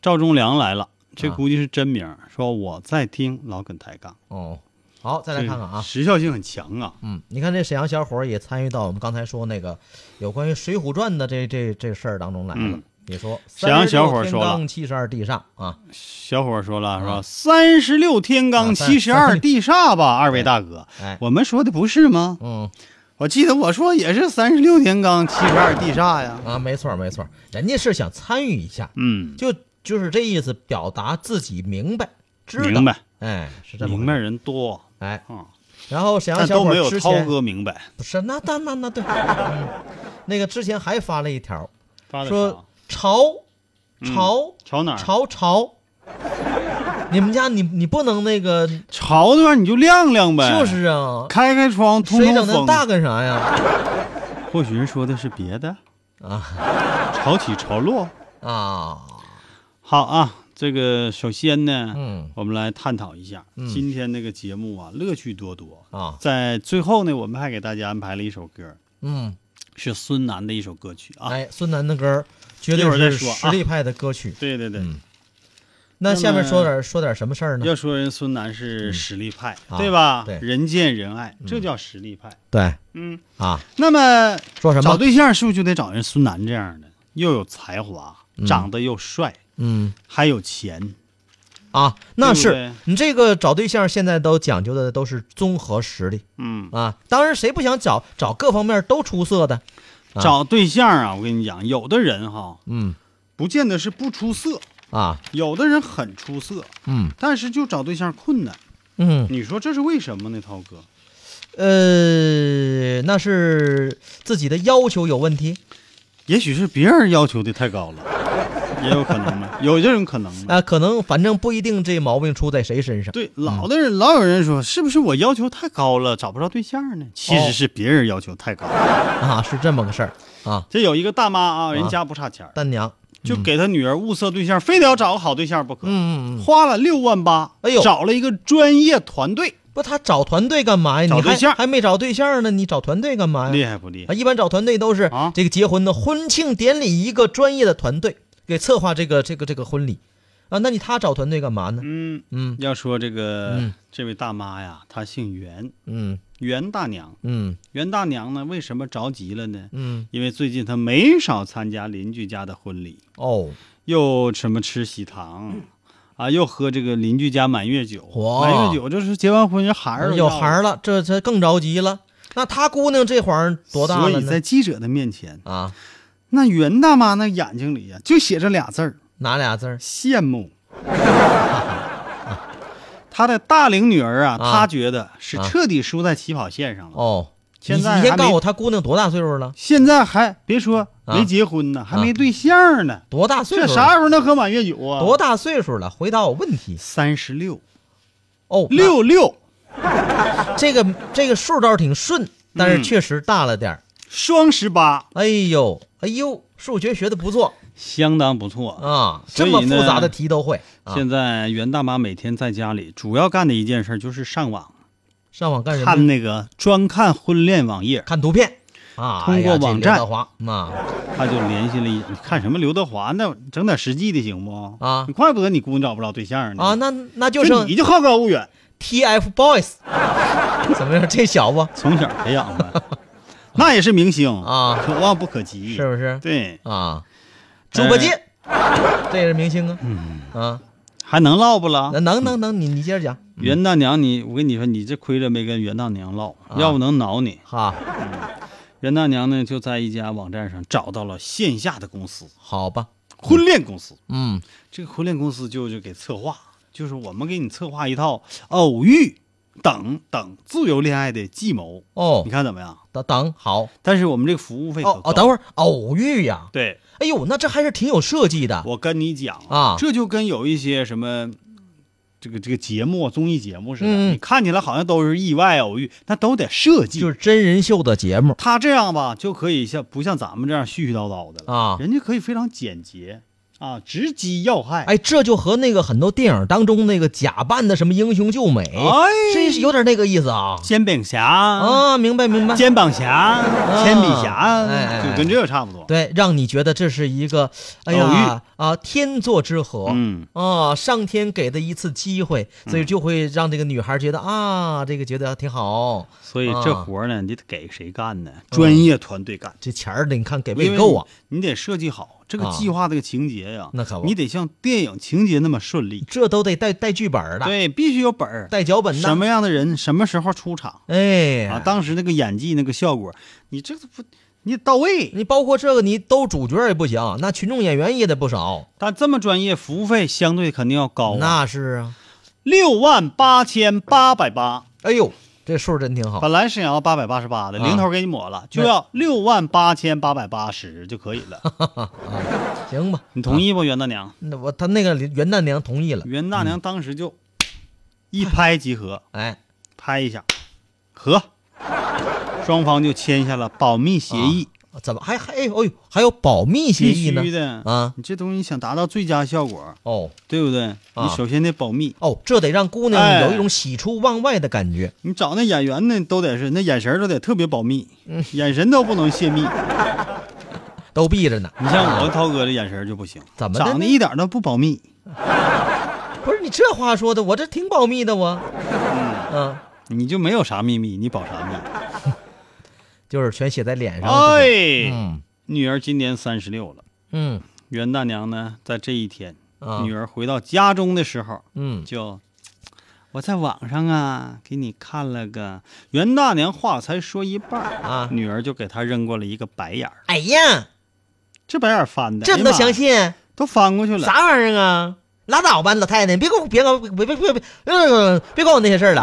赵忠良来了，这
啊
估计是真名儿，说我在听老梗抬杠，
哦，好，再来看看啊，
时效性很强啊。
嗯，你看这沈阳小伙儿也参与到我们刚才说那个有关于《水浒传》的这这这事儿当中来了
嗯，
你说，
沈阳小伙说了
七十二地煞啊，
小伙说
嗯
了说三十六天罡七十二地煞吧，二位大哥，
哎
我们说的不是吗？
嗯，
我记得我说也是三十六天罡七十二地煞呀。
啊，没错没错，人家是想参与一下，
嗯，
就就是这意思，表达自己明白知道，
嗯明白，
哎，是这么
明白人多，
哎，
嗯，
然后沈阳
但
小
都
伙
没有
之
涛
前
哥明白。
不是，那那那那对，嗯那个之前还发了一条，
发的嗯
说朝朝
朝哪儿？
朝朝，你们家你你不能那个，
朝的话你就晾晾呗，
就是啊，
开开窗通
谁整
通
那
风。
大干啥呀？
或许人说的是别的，
啊
潮起潮落。
啊，
好啊，这个首先呢，
嗯
我们来探讨一下、
嗯
今天这个节目啊，乐趣多多
啊
在最后呢，我们还给大家安排了一首歌，
嗯，
是孙楠的一首歌曲啊。
哎，孙楠的歌儿绝
一会儿再
对是
说啊
实力派的歌曲。
对对对，
嗯那
那
下面
么
说点说点什么事儿呢？
要说人孙楠是实力派，
啊
对吧？
对嗯
人见人爱，这叫实力派。
对
嗯，
啊，
那么
说什么
找对象是不是就得找人孙楠这样的，又有才华，
嗯
长得又帅，
嗯
还有钱？
啊，那
对不
是
对
你这个找对象现在都讲究的都是综合实力
嗯，
啊，当然谁不想找找各方面都出色的？啊
找对象啊，我跟你讲，有的人哈，
嗯
不见得是不出色，
啊，
有的人很出色，
嗯
但是就找对象困难。
嗯，
你说这是为什么呢，涛哥？
呃，那是自己的要求有问题
也许是别人要求的太高了，也有可能吧，有这种可能吧。
啊，可能反正不一定这毛病出在谁身上。
嗯对，老的人老有人说，是不是我要求太高了，找不着对象呢？其实是别人要求太高了。
啊，是这么个事儿啊，
这有一个大妈啊，人家不差钱儿，
丹娘，
就给她女儿物色对象，非得要找个好对象不可，
嗯嗯嗯嗯，
花了六万八，
哎呦
找了一个专业团队，
不他找团队干嘛呀？
找
你
对
还
象
还没找对象呢，你找团队干嘛呀？
厉害不厉
啊，
害？
一般找团队都是
啊
这个结婚的婚庆典礼，一个专业的团队给策划这个这个这个婚礼啊。那你他找团队干嘛呢？
嗯，
嗯
要说这个、
嗯
这位大妈呀，她姓袁，
嗯
袁大娘。
嗯
袁大娘呢，为什么着急了呢？
嗯，
因为最近她没少参加邻居家的婚礼，
哦，
又什么吃喜糖，啊，又喝这个邻居家满月酒。
哇
满月酒就是结完婚人孩儿都
有
要
孩儿了，这这更着急了。那他姑娘这会儿多大
所
了
以在
呢？
记者的面前，
啊，
那袁大妈那眼睛里呀、就写着俩字儿：
哪俩字儿？
羡慕。 她的大龄女儿啊，
啊
她觉得是
啊
彻底输在起跑线上了。
哦，
现在
你你先
还没
告诉我他姑娘多大岁数了？
现在还别说
啊
没结婚呢，还
啊
没对象呢，
多大岁数
这
了？
啥时候能喝满月酒啊？
多大岁数了？回答我问题
三十六，
哦。那
六六
这个这个数倒是挺
嗯
顺，但是确实大了点儿。
双十八，
哎呦哎呦，数学学的不错。
相当不错。
啊，
所
这
以
么
呢
复杂的题都会。啊、
现在袁大妈每天在家里主要干的一件事就是上网
上网干什么？
看那个专看婚恋网页，
看图片啊，
通过
哎呀这
网站
刘德华嗯啊
她就联系了一，你看什么刘德华呢？整点实际的行不？
啊
你怪不得你姑娘找不着对象呢
啊，那那就
就
剩
你就好高骛远，
TFBOYS，怎么样？这小子
从小培养的， 那也是明星
啊
可望不可及，
是不是
对，哎
啊？猪八戒，这也是明星啊。
嗯
啊，
还能唠不了
那？能能能，你你接着讲。
袁大娘你，我跟你说，你这亏着没跟袁大娘唠，
啊
要不能挠你。
哈，
袁大娘呢，就在一家网站上找到了线下的公司，
好吧，
婚恋公司。
嗯
这个婚恋公司就就给策划，就是我们给你策划一套偶遇等等自由恋爱的计谋。
哦
你，看怎么样？
等等好
但是我们这个服务费
哦
可
哦，
高
等会儿偶遇呀。
对，
哎呦，那这还是挺有设计的
我跟你讲
啊
这就跟有一些什么。这个这个节目综艺节目似的，
嗯
你看起来好像都是意外偶遇，那都得设计，
就是真人秀的节目
他这样吧，就可以像不像咱们这样絮絮叨叨的了
啊
人家可以非常简洁啊，直击要害。
哎，这就和那个很多电影当中那个假扮的什么英雄救美，
哎
是有点那个意思啊。
煎饼侠、
啊，明白明白。
肩膀侠、铅笔侠，
哎哎哎
就跟这个差不多。
对，让你觉得这是一个，哎呀啊，天作之合，
嗯
啊，上天给的一次机会，所以就会让这个女孩觉得啊，这个觉得挺好。
所以这
啊
活儿呢，你得给谁干
嗯
呢？专业团队干。
这钱儿你看给不给够啊？
你得设计好这个
啊
计划，这个情节呀，
那可不
你得像电影情节那么顺利，
这都得带带剧本儿的，
对，必须有本儿，
带脚本的
什么样的人，什么时候出场
哎
啊？当时那个演技那个效果，你这个不，你得到位。
你包括这个，你都主角也不行，那群众演员也得不少。
但这么专业，服务费相对肯定要高啊。
那是啊，
六万八千八百八，
哎呦，这数真挺好。
本来沈阳八百八十八的，
啊
零头给你抹了，就要六万八千八百八十就可以了。
行吧，
你同意不，袁大娘？
那我他那个袁大娘同意了。
袁大娘当时就一拍即合，
哎，
拍一下，合，双方就签下了保密协议，
怎么还还哎呦还有保密协
必
议呢
须？的
啊
你这东西想达到最佳效果，
哦
对不对？
啊
你首先得保密，
哦，这得让姑娘
哎
有一种喜出望外的感觉。
你找那演员呢，都得是那眼神都得特别保密，
嗯
眼神都不能泄密。
都避着呢。
你像我涛哥的眼神就不行，
怎么的呢
长得一点都不保密，
不是你这话说的，我这挺保密的，我，嗯，
你就没有啥秘密，你保啥密？
就是全写在脸上。就是，
哎，
嗯
女儿今年三十六了，
嗯
袁大娘呢，在这一天，
啊
女儿回到家中的时候，
嗯，
就我在网上啊给你看了个，袁大娘话才说一半儿
啊
女儿就给她扔过了一个白眼儿，
哎呀，
这白眼儿翻的，
这你都相
哎呀妈呀，
信？
都翻过去了，
啥玩意儿啊？拉倒吧，老太太，你别跟我别跟我别别别别呃别管我那些事儿了。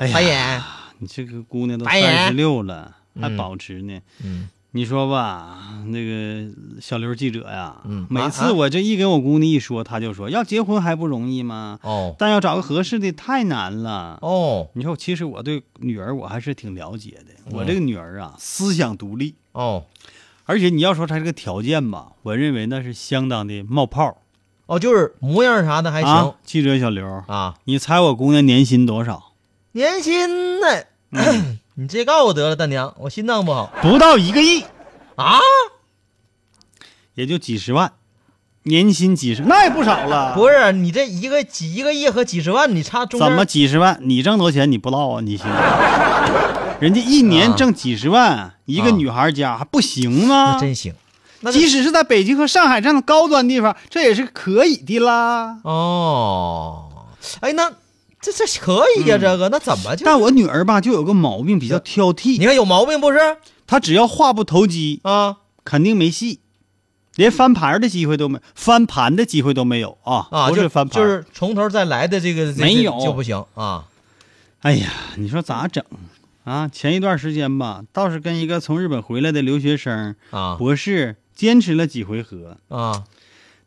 哎呀
白眼，
你这个姑娘都
白眼
三十六了，还
嗯
保持呢。
嗯
你说吧，那个小刘记者呀，
嗯
每
啊啊
次我这一跟我姑娘一说，她就说要结婚还不容易吗？
哦
但要找个合适的太难了。
哦
你说，其实我对女儿我还是挺了解的。
嗯
我这个女儿啊，思想独立，
哦
而且你要说她这个条件吧，我认为那是相当的冒泡。
哦，就是模样啥的还行
啊，记者小刘，
啊，
你猜我姑娘年薪多少？
年薪呢？
嗯
你直接告诉我得了，大娘，我心脏不好
不到一个亿，
啊。
也就几十万，年薪几十，那也不少了。
不是啊你这一个几一个亿和几十万，你差中间
怎么几十万？你挣多少钱你不落啊？你心里 人家一
啊
年挣几十万，一个女孩家还不行吗
那？真行？那
即使是在北京和上海这样的高端地方，这也是可以的啦。
哦，哎，那这这可以呀、这个那怎么就？
嗯但我女儿吧，就有个毛病，比较挑
你
剔。
看有毛病不是
她只要话不投机，
啊
肯定没戏，连翻盘的机会都没，翻盘的机会都没有啊！
啊？
不
就是
翻盘，
就是从头再来的这个这
没
这
有
就不行啊。
哎呀，你说咋整啊？前一段时间吧，倒是跟一个从日本回来的留学生
啊
博士坚持了几回合。
啊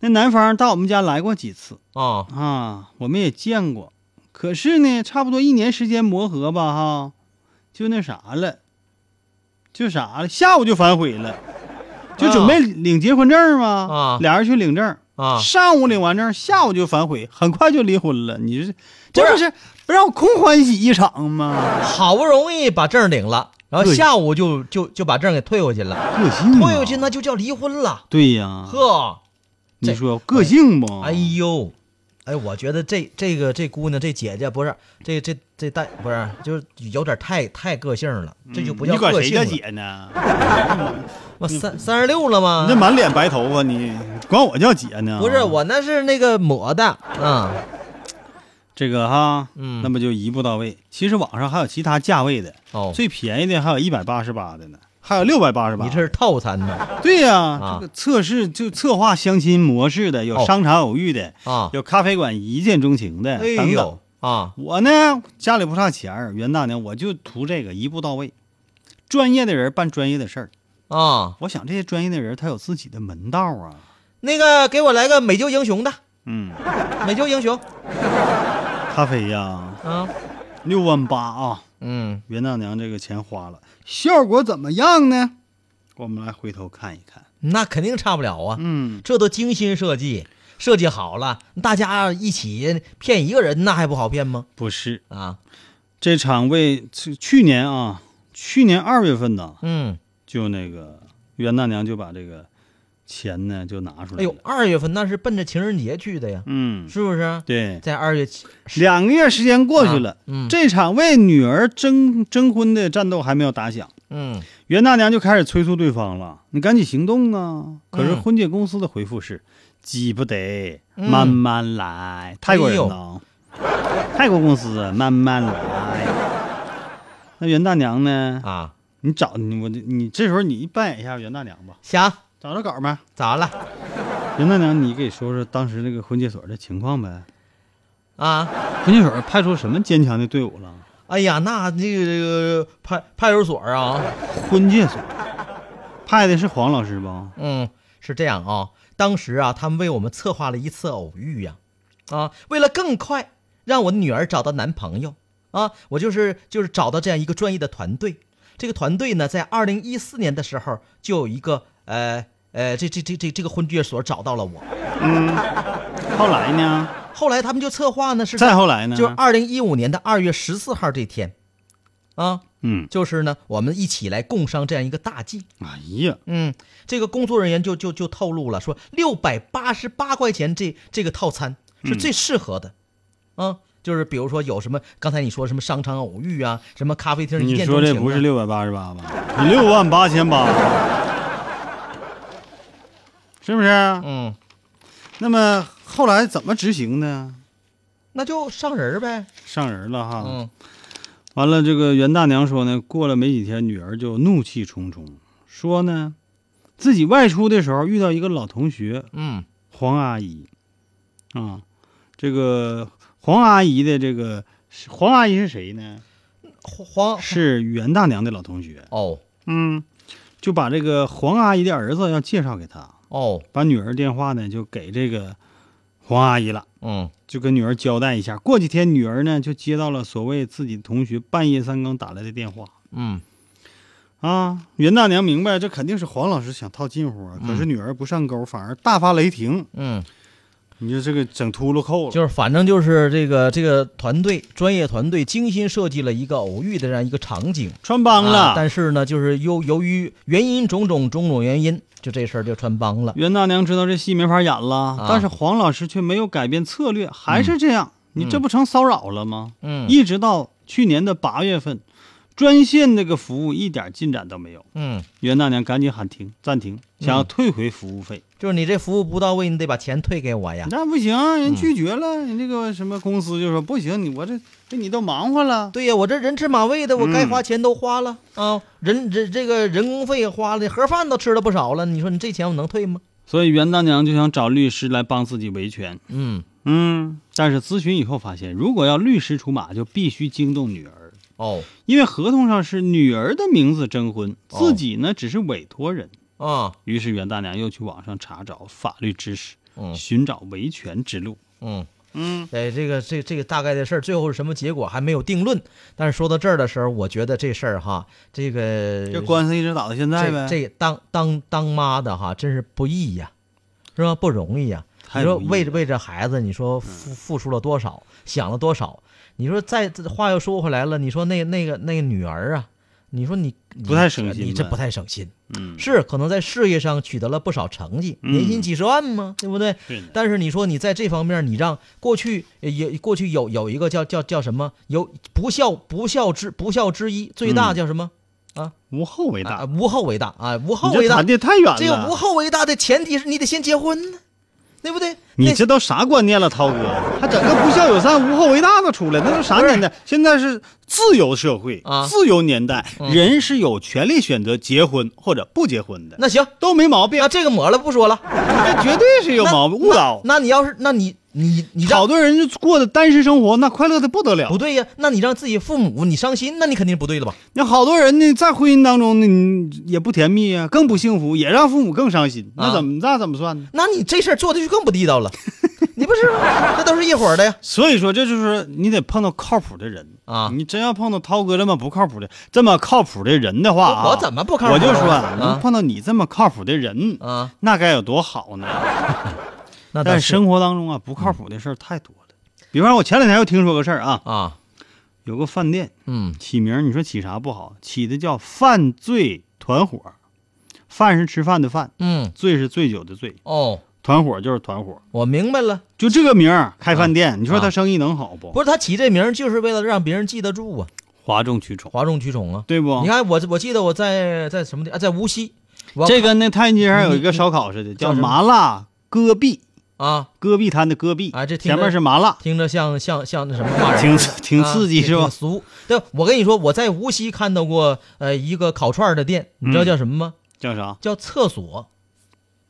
那男方到我们家来过几次
啊
啊，我们也见过，可是呢，差不多一年时间磨合吧，哈，就那啥了，就啥了，下午就反悔了，就准备领结婚证嘛，
啊
俩人去领证，
啊！
上午领完证，下午就反悔，很快就离婚了，你这这
不
不是不让我空欢喜一场吗？
好不容易把证领了，然后
对嗯
下午就就就把证给退回去了，
个性
退回去
呢？
那就叫离婚了。
对呀、
呵，
你说个性不？
哎呦，哎，我觉得这这个这姑娘这姐姐不是这这这大不是就是有点太太个性了，这就不
嗯
叫
你管
个
谁
性
叫
了。
姐嗯呢？
我三三十六了吗
你这？满脸白头发，你管我叫姐呢？
不是，我那是那个抹的，嗯
这个哈，
嗯
那么就一步到位。其实网上还有其他价位的，
哦，
最便宜的还有一百八十八的呢，还有六百八十八。
你这是套餐呢
对呀、
啊
这个测试就策划相亲模式的，有
哦
商场偶遇的，
啊？
有咖啡馆一见钟情的，
哎
等等
呦。啊，
我呢，家里不差钱儿，袁大娘，我就图这个一步到位，专业的人办专业的事儿。
啊，
我想这些专业的人，他有自己的门道啊。
那个给我来个美救英雄的，
嗯，
美救英雄
咖啡呀，
啊，
六万八啊，
嗯
袁大娘这个钱花了，效果怎么样呢？我们来回头看一看。
那肯定差不了啊，
嗯，
这都精心设计，设计好了，大家一起骗一个人，那还不好骗吗？
不是，
啊，
这场为去去年啊，去年二月份呢，
嗯
就那个袁大娘就把这个钱呢就拿出来了。
哎呦，二月份那是奔着情人节去的呀，
嗯，
是不是？
对，
在二月
两个月时间过去了，
嗯
这场为女儿征征婚的战斗还没有打响，
嗯，
袁大娘就开始催促对方了：“你赶紧行动啊！”可是
嗯
婚介公司的回复是：“急不得，
嗯
慢慢来。泰国人
哎呦
呢？泰国公司啊慢慢 来。那袁大娘呢？
啊，
你找你我你这时候你扮演一下袁大娘吧，
行，
找着稿没？
咋了嗯
袁大娘，你给说说当时那个婚介所的情况呗？
啊？
婚介所派出什么坚强的队伍了？
哎呀，那这个这个派派出所啊，
婚介所派的是黄老师吧？
嗯，是这样啊。当时啊，他们为我们策划了一次偶遇呀、啊，为了更快让我女儿找到男朋友啊，我就是就是找到这样一个专业的团队。这个团队呢，在二零一四年的时候就有一个呃呃，这这这这这个婚介所找到了我。
嗯，后来呢？
后来他们就策划呢是
再后来呢
就是二零一五年的二月十四号这天，啊，
嗯，
就是呢，我们一起来共商这样一个大计。
哎呀，
嗯，这个工作人员就就就透露了，说六百八十八块钱这这个套餐
嗯
是最适合的，啊，就是比如说有什么刚才你说什么商场偶遇啊，什么咖啡厅一
你
见
说
钟
这
情、啊
不是？六百八十八吧？你六万八千八，是不是？
嗯，
那么后来怎么执行呢？
那就上人儿呗。
上人了哈。
嗯
完了，这个袁大娘说呢，过了没几天，女儿就怒气冲冲，说呢，自己外出的时候遇到一个老同学
嗯
黄阿姨，啊，这个黄阿姨的这个黄阿姨是谁呢？
黄
是袁大娘的老同学，
哦
嗯，就把这个黄阿姨的儿子要介绍给她，
哦
把女儿电话呢就给这个黄阿姨了。
嗯
就跟女儿交代一下，过几天女儿呢就接到了所谓自己同学半夜三更打来的电话，
嗯
啊，袁大娘明白这肯定是黄老师想套近乎啊，可是女儿不上钩，反而大发雷霆。
嗯，
你就这个整秃噜扣了，
就是反正就是这个这个团队专业团队精心设计了一个偶遇的这样一个场景。
穿帮了。
啊但是呢，就是由由于原因种种种种原因，就这事儿就穿帮了。
袁大娘知道这戏没法演了，
啊
但是黄老师却没有改变策略，还是这样，你这不成骚扰了吗？
嗯
一直到去年的八月份，专线这个服务一点进展都没有。
嗯，
袁大娘赶紧喊停暂停，想要退回服务费。
就是你这服务不到位，你得把钱退给我呀。
那不行，人拒绝了，人这个什么公司就说不行，你我这被你都忙活了。
对呀，我这人吃马喂的，我该花钱都花了、啊，人人这个人工费也花了，盒饭都吃了不少了。你说你这钱我能退吗？
所以袁大娘就想找律师来帮自己维权。
嗯，
嗯，但是咨询以后发现，如果要律师出马，就必须惊动女儿，
哦
因为合同上是女儿的名字征婚，
哦
自己呢只是委托人。
啊，
于是袁大娘又去网上查找法律知识，
嗯
寻找维权之路。
嗯。
嗯，
哎，这个这这个大概的事儿，最后是什么结果还没有定论。但是说到这儿的时候，我觉得这事儿哈，这个
这官司一直打到现在呗。
这这当当当妈的哈，真是不易呀、是吧？不容易呀、
太
你说
不易
为
了嗯
为这孩子，你说付付出了多少，想了多少？你说再话又说回来了，你说那那个那个女儿啊，你说你你
不太省心
你这
呗
不太省心。
嗯
是可能在事业上取得了不少成绩，
嗯
年薪几十万嘛，对不对？
是的
但是你说你在这方面，你让过去呃也过去有有一个叫叫叫什么，有不孝不孝之不孝之一，最大
嗯
叫什么？啊，
无后为大，
啊，无后为大啊，无后
你
为
这
大
谈，的太远了。
这个无后为大的前提是你得先结婚呢，对不对？
你
那
这都啥观念了，涛哥？还整个不孝有三，无后为大的出来，那都啥年代？现在是自由社会，
啊
自由年代，人是有权利选择结婚或者不结婚的，
那行，
都没毛病
那，这个抹了不说了，
这绝对是有
那
毛病，误导。
那那你要是，那你你你让
好多人就过的单身生活，那快乐的不得了
不。对呀，那你让自己父母你伤心，那你肯定不对了吧？
那好多人呢，在婚姻当中呢，你也不甜蜜啊，更不幸福，也让父母更伤心。那
啊
怎么那怎么算呢？
那你这事儿做的就更不地 道了，你不是吗？这都是一伙儿的呀。
所以说，这就是你得碰到靠谱的人
啊
你真要碰到涛哥这么不靠谱的、这么靠谱的人的话啊，
我我怎么不靠谱
我就说啊，
啊
能碰到你这么靠谱的人
啊，
那该有多好呢？
那
但
倒
啊是生活当中啊，不靠谱的事儿太多了。比方说，我前两天又听说个事儿啊，
啊，
有个饭店
嗯
起名儿，你说起啥不好？起的叫“犯罪团伙”，“饭是吃饭的饭，
嗯，
醉是醉酒的醉，
哦，
团伙就是团伙。
我明白了，
就这个名儿开饭店，你说他生意能好不？
啊不是他起这名儿就是为了让别人记得住啊，
哗众取宠，
哗众取宠啊，
对不？
你看我我记得我在在什么地啊，在无锡，我
这跟那太原街上有一个烧烤似的，叫麻辣戈壁
啊，
戈壁滩的戈壁
啊，这听着
前面是麻辣，
听着像像像那什么骂人，
挺挺刺激
啊
是吧
挺俗。对，我跟你说，我在无锡看到过呃一个烤串儿的店，你知道
嗯
叫什么吗？
叫啥？
叫厕所，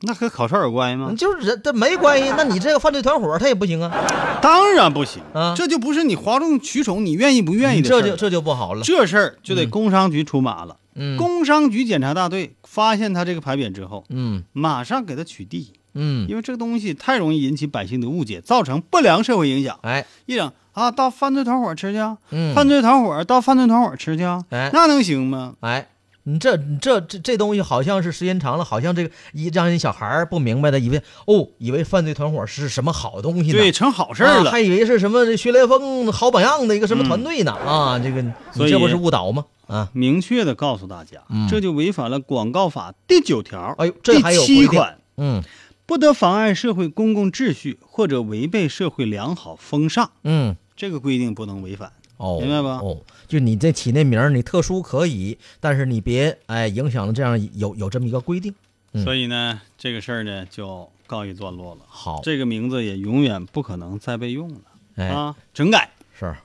那和烤串有关系吗？
就是人这没关系。那你这个犯罪团伙儿他也不行啊，
当然不行
啊
这就不是你哗众取宠，你愿意不愿意的事儿
这就这嗯就不好了。
这事儿就得工商局出马了。
嗯
工商局检查大队发现他这个牌匾之后，
嗯
马上给他取缔，
嗯，
因为这个东西太容易引起百姓的误解，造成不良社会影响。
哎
一整啊，到犯罪团伙吃去啊，
嗯
犯罪团伙到犯罪团伙吃去啊，
哎
那能行吗？
哎，你这你这这这东西好像是时间长了，好像这个一让人小孩儿不明白的，以为哦以为犯罪团伙是什么好东西呢？
对，成好事儿
啊
了嗯
还。以为是什么这学雷锋好榜样的一个什么团队呢？啊，这个
所
你
以
这不是误导吗？啊，
明确的告诉大家，
嗯
这就违反了广告法第九条，
哎呦这还有
第七
规定
款，
嗯
不得妨碍社会公共秩序或者违背社会良好风尚，
嗯，
这个规定不能违反。
哦，
明白吧
哦，就你这起那名儿，你特殊可以，但是你别哎影响了这样有有这么一个规定。嗯
所以呢，这个事儿呢就告一段落了。
好，
这个名字也永远不可能再被用了、
哎
啊，整改。
是，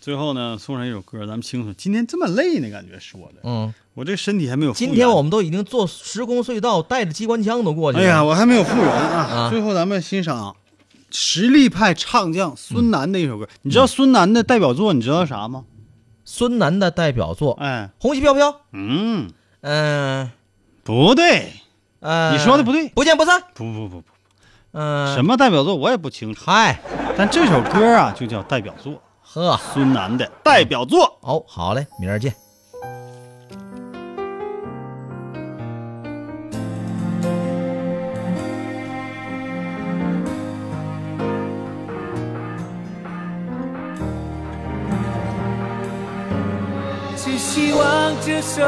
最后呢，送上一首歌，咱们清楚。今天这么累呢，感觉说的，
嗯，
我这身体还没有复原。
今天我们都已经坐时空隧道，带着机关枪都过去
哎
了。
呀，我还没有复原啊！
啊
最后咱们欣赏实力派唱将孙楠的一首歌。
嗯
你知道孙楠的代表作，你知道啥吗？
孙楠的代表作《
哎，
红旗飘飘》
嗯，
嗯
不对，
呃，
你说的不对
不见不散。
不不不不，
嗯，
什
么？
么代表作我也不清楚，
嗨，
但这首歌啊就叫代表作，
呵，
孙楠的代表作。
哦，好嘞，明儿见。
只希望这首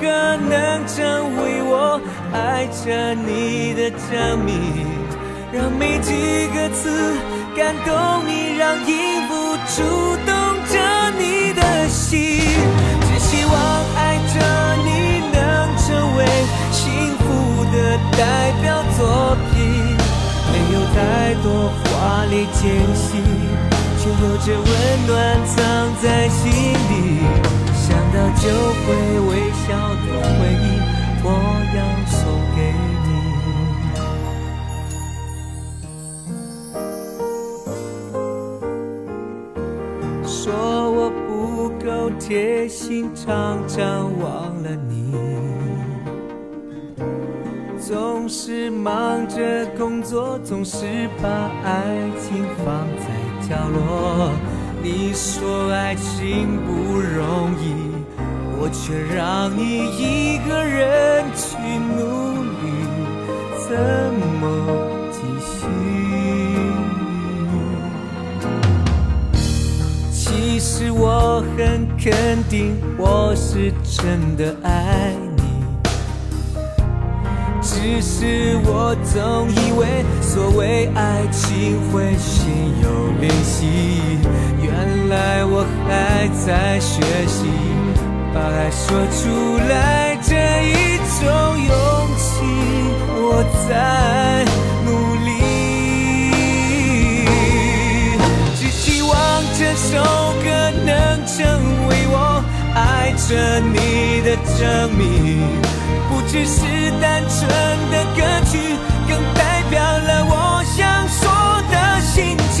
歌能成为我爱着你的证明，让每句歌词感动你，让音符触动着你的心。只希望爱着你能成为幸福的代表作品，没有太多华丽间隙。却有着温暖藏在心底。想到就会微笑的回忆，我要送给你。说我不够贴心，常常忘了你。总是忙着工作，总是把爱情放在角落。你说爱情不容易，我却让你一个人去努力，怎么继续？其实我很肯定，我是真的爱你。只是我总以为所谓爱情会心有灵犀，原来我还在学习，把爱说出来这一种勇气，我在努力。只希望这首歌能成为我爱着你的证明。不只是单纯的歌曲，更代表了我想说的心情。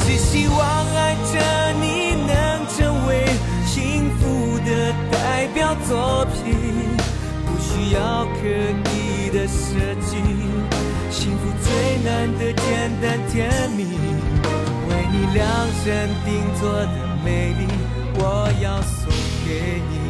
只希望爱着你能成为幸福的代表作品，不需要刻意的设计，幸福最难的简单甜蜜，为你量身定做的美丽，我要送给你。